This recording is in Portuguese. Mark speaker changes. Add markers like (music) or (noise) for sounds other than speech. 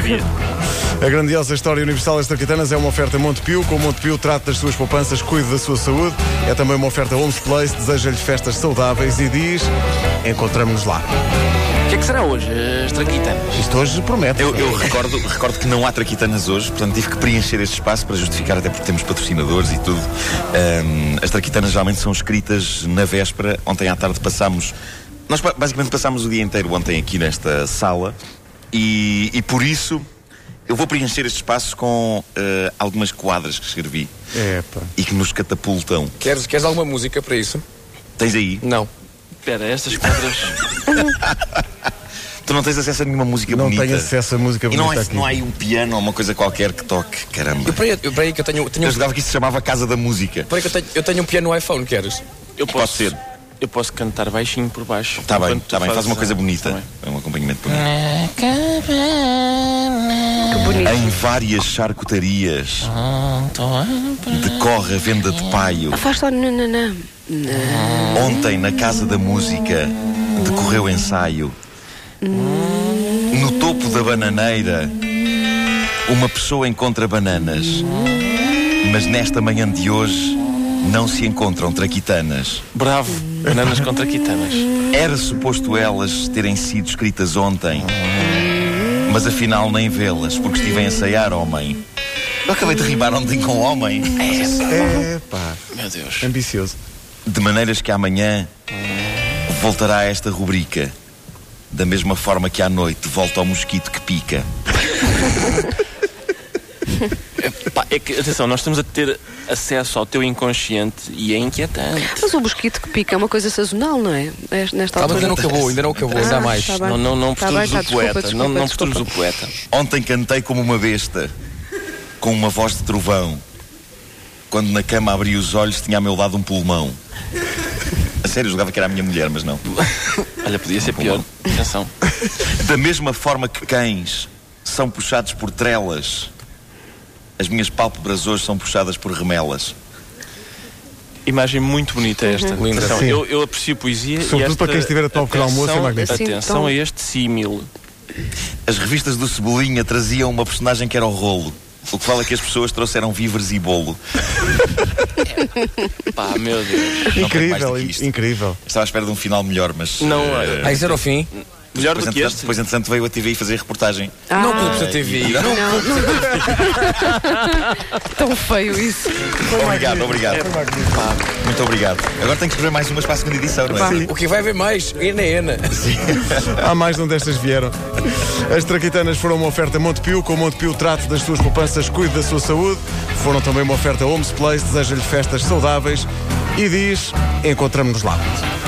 Speaker 1: dia.
Speaker 2: A grandiosa história universal das Traquitanas é uma oferta Montepio. Com Montepio, trate das suas poupanças, cuide da sua saúde. É também uma oferta Homes Place, deseja-lhe festas saudáveis e diz: encontramos-nos lá.
Speaker 1: O que é que será hoje, as traquitanas?
Speaker 2: Isto hoje promete.
Speaker 3: Eu, eu recordo, recordo que não há traquitanas hoje, portanto tive que preencher este espaço para justificar, até porque temos patrocinadores e tudo. Ahm, as traquitanas geralmente são escritas na véspera. Ontem à tarde passámos. Nós ba- basicamente passámos o dia inteiro ontem aqui nesta sala e, e por isso eu vou preencher este espaço com ah, algumas quadras que escrevi
Speaker 2: Epa.
Speaker 3: e que nos catapultam.
Speaker 4: Queres, queres alguma música para isso?
Speaker 3: Tens aí?
Speaker 4: Não.
Speaker 1: Espera, estas quadras. (laughs)
Speaker 3: Tu não tens acesso a nenhuma música
Speaker 2: Não
Speaker 3: bonita.
Speaker 2: tenho acesso a música
Speaker 3: E não há,
Speaker 2: bonita aqui.
Speaker 3: não há aí um piano ou uma coisa qualquer que toque. Caramba.
Speaker 4: Eu para aí, eu para aí que eu tenho, tenho
Speaker 3: Eu
Speaker 4: um,
Speaker 3: julgava que isso se chamava Casa da Música.
Speaker 4: para aí que eu tenho, eu tenho um piano no iPhone, queres?
Speaker 1: Eu
Speaker 3: Pode ser.
Speaker 1: Eu posso cantar baixinho por baixo.
Speaker 3: Está Tá bem,
Speaker 1: enquanto tu
Speaker 3: está bem, faz
Speaker 1: fazes
Speaker 3: uma
Speaker 1: a-
Speaker 3: coisa
Speaker 1: Tá
Speaker 3: bonita.
Speaker 1: bem.
Speaker 3: É um acompanhamento bonito. Em várias charcutarias decorre a venda de paio.
Speaker 5: Faz só nananã.
Speaker 3: Ontem, na Casa da Música, decorreu ensaio. No topo da bananeira, uma pessoa encontra bananas. Mas nesta manhã de hoje, não se encontram traquitanas.
Speaker 1: Bravo, bananas com traquitanas.
Speaker 3: Era suposto elas terem sido escritas ontem, mas afinal nem vê-las, porque estive a ensaiar, homem. Eu acabei de rimar ontem com homem.
Speaker 2: Epá,
Speaker 1: Meu Deus.
Speaker 2: ambicioso.
Speaker 3: De maneiras que amanhã voltará a esta rubrica, da mesma forma que à noite volta ao mosquito que pica.
Speaker 1: Pá, é que, atenção, nós estamos a ter acesso ao teu inconsciente e é inquietante.
Speaker 5: Mas o mosquito que pica é uma coisa sazonal, não é? Neste- Nesta
Speaker 4: Calma, Tá, ainda
Speaker 5: altura.
Speaker 4: não acabou, ainda não acabou, ainda há
Speaker 5: Ah,
Speaker 4: mais.
Speaker 5: tá bem.
Speaker 1: Não, não, não
Speaker 5: Tá bem,
Speaker 1: perturbes
Speaker 5: tá,
Speaker 1: o
Speaker 5: desculpa,
Speaker 1: poeta.
Speaker 5: desculpa,
Speaker 1: não não
Speaker 5: desculpa.
Speaker 1: perturbes o poeta.
Speaker 3: Ontem cantei como uma besta, com uma voz de trovão. Quando na cama abri os olhos, tinha ao meu lado um pulmão. A sério, julgava que era a minha mulher, mas não.
Speaker 1: Olha, podia ser
Speaker 3: Não,
Speaker 1: pior. Atenção.
Speaker 3: Da mesma forma que cães são puxados por trelas, as minhas pálpebras hoje são puxadas por remelas.
Speaker 1: Imagem muito
Speaker 5: Uhum.
Speaker 1: bonita esta.
Speaker 4: Linda.
Speaker 1: Atenção,
Speaker 2: Sim.
Speaker 1: eu, eu aprecio poesia. e
Speaker 2: Sobretudo
Speaker 1: esta-
Speaker 2: para quem estiver a tomar um pequeno almoço, é
Speaker 1: atenção-
Speaker 2: magnífico.
Speaker 5: Assim,
Speaker 1: Atenção
Speaker 5: tão-
Speaker 1: a este símil.
Speaker 3: As revistas do Cebolinha traziam uma personagem que era o rolo. O que fala que as pessoas trouxeram víveres e bolo.
Speaker 1: Pá, meu Deus.
Speaker 3: Não tem mais do
Speaker 2: Incrível,
Speaker 3: que
Speaker 2: in-
Speaker 3: isto.
Speaker 2: incrível.
Speaker 3: Estava à espera de um final melhor, mas.
Speaker 1: Não,
Speaker 3: eh,
Speaker 1: é-
Speaker 4: Ah, isso era o fim?
Speaker 1: Melhor
Speaker 3: depois,
Speaker 1: do que
Speaker 3: entretanto-
Speaker 1: este.
Speaker 3: depois, entretanto, veio a TVI fazer reportagem.
Speaker 4: Não
Speaker 5: Ah,
Speaker 4: culpes a TV.
Speaker 3: E-
Speaker 4: Não,
Speaker 5: Tão feio isso.
Speaker 3: Obrigado, obrigado. Muito obrigado. Agora tenho que escrever mais uma para a segunda edição, não é?
Speaker 4: O que vai haver mais? Ena, Ena.
Speaker 2: Há mais de onde estas vieram. As traquitanas foram uma oferta Montepio. Com Montepio, trate das suas poupanças, cuide da sua saúde. Foram também uma oferta Homes Place, deseja-lhe festas saudáveis e diz: encontramos-nos lá.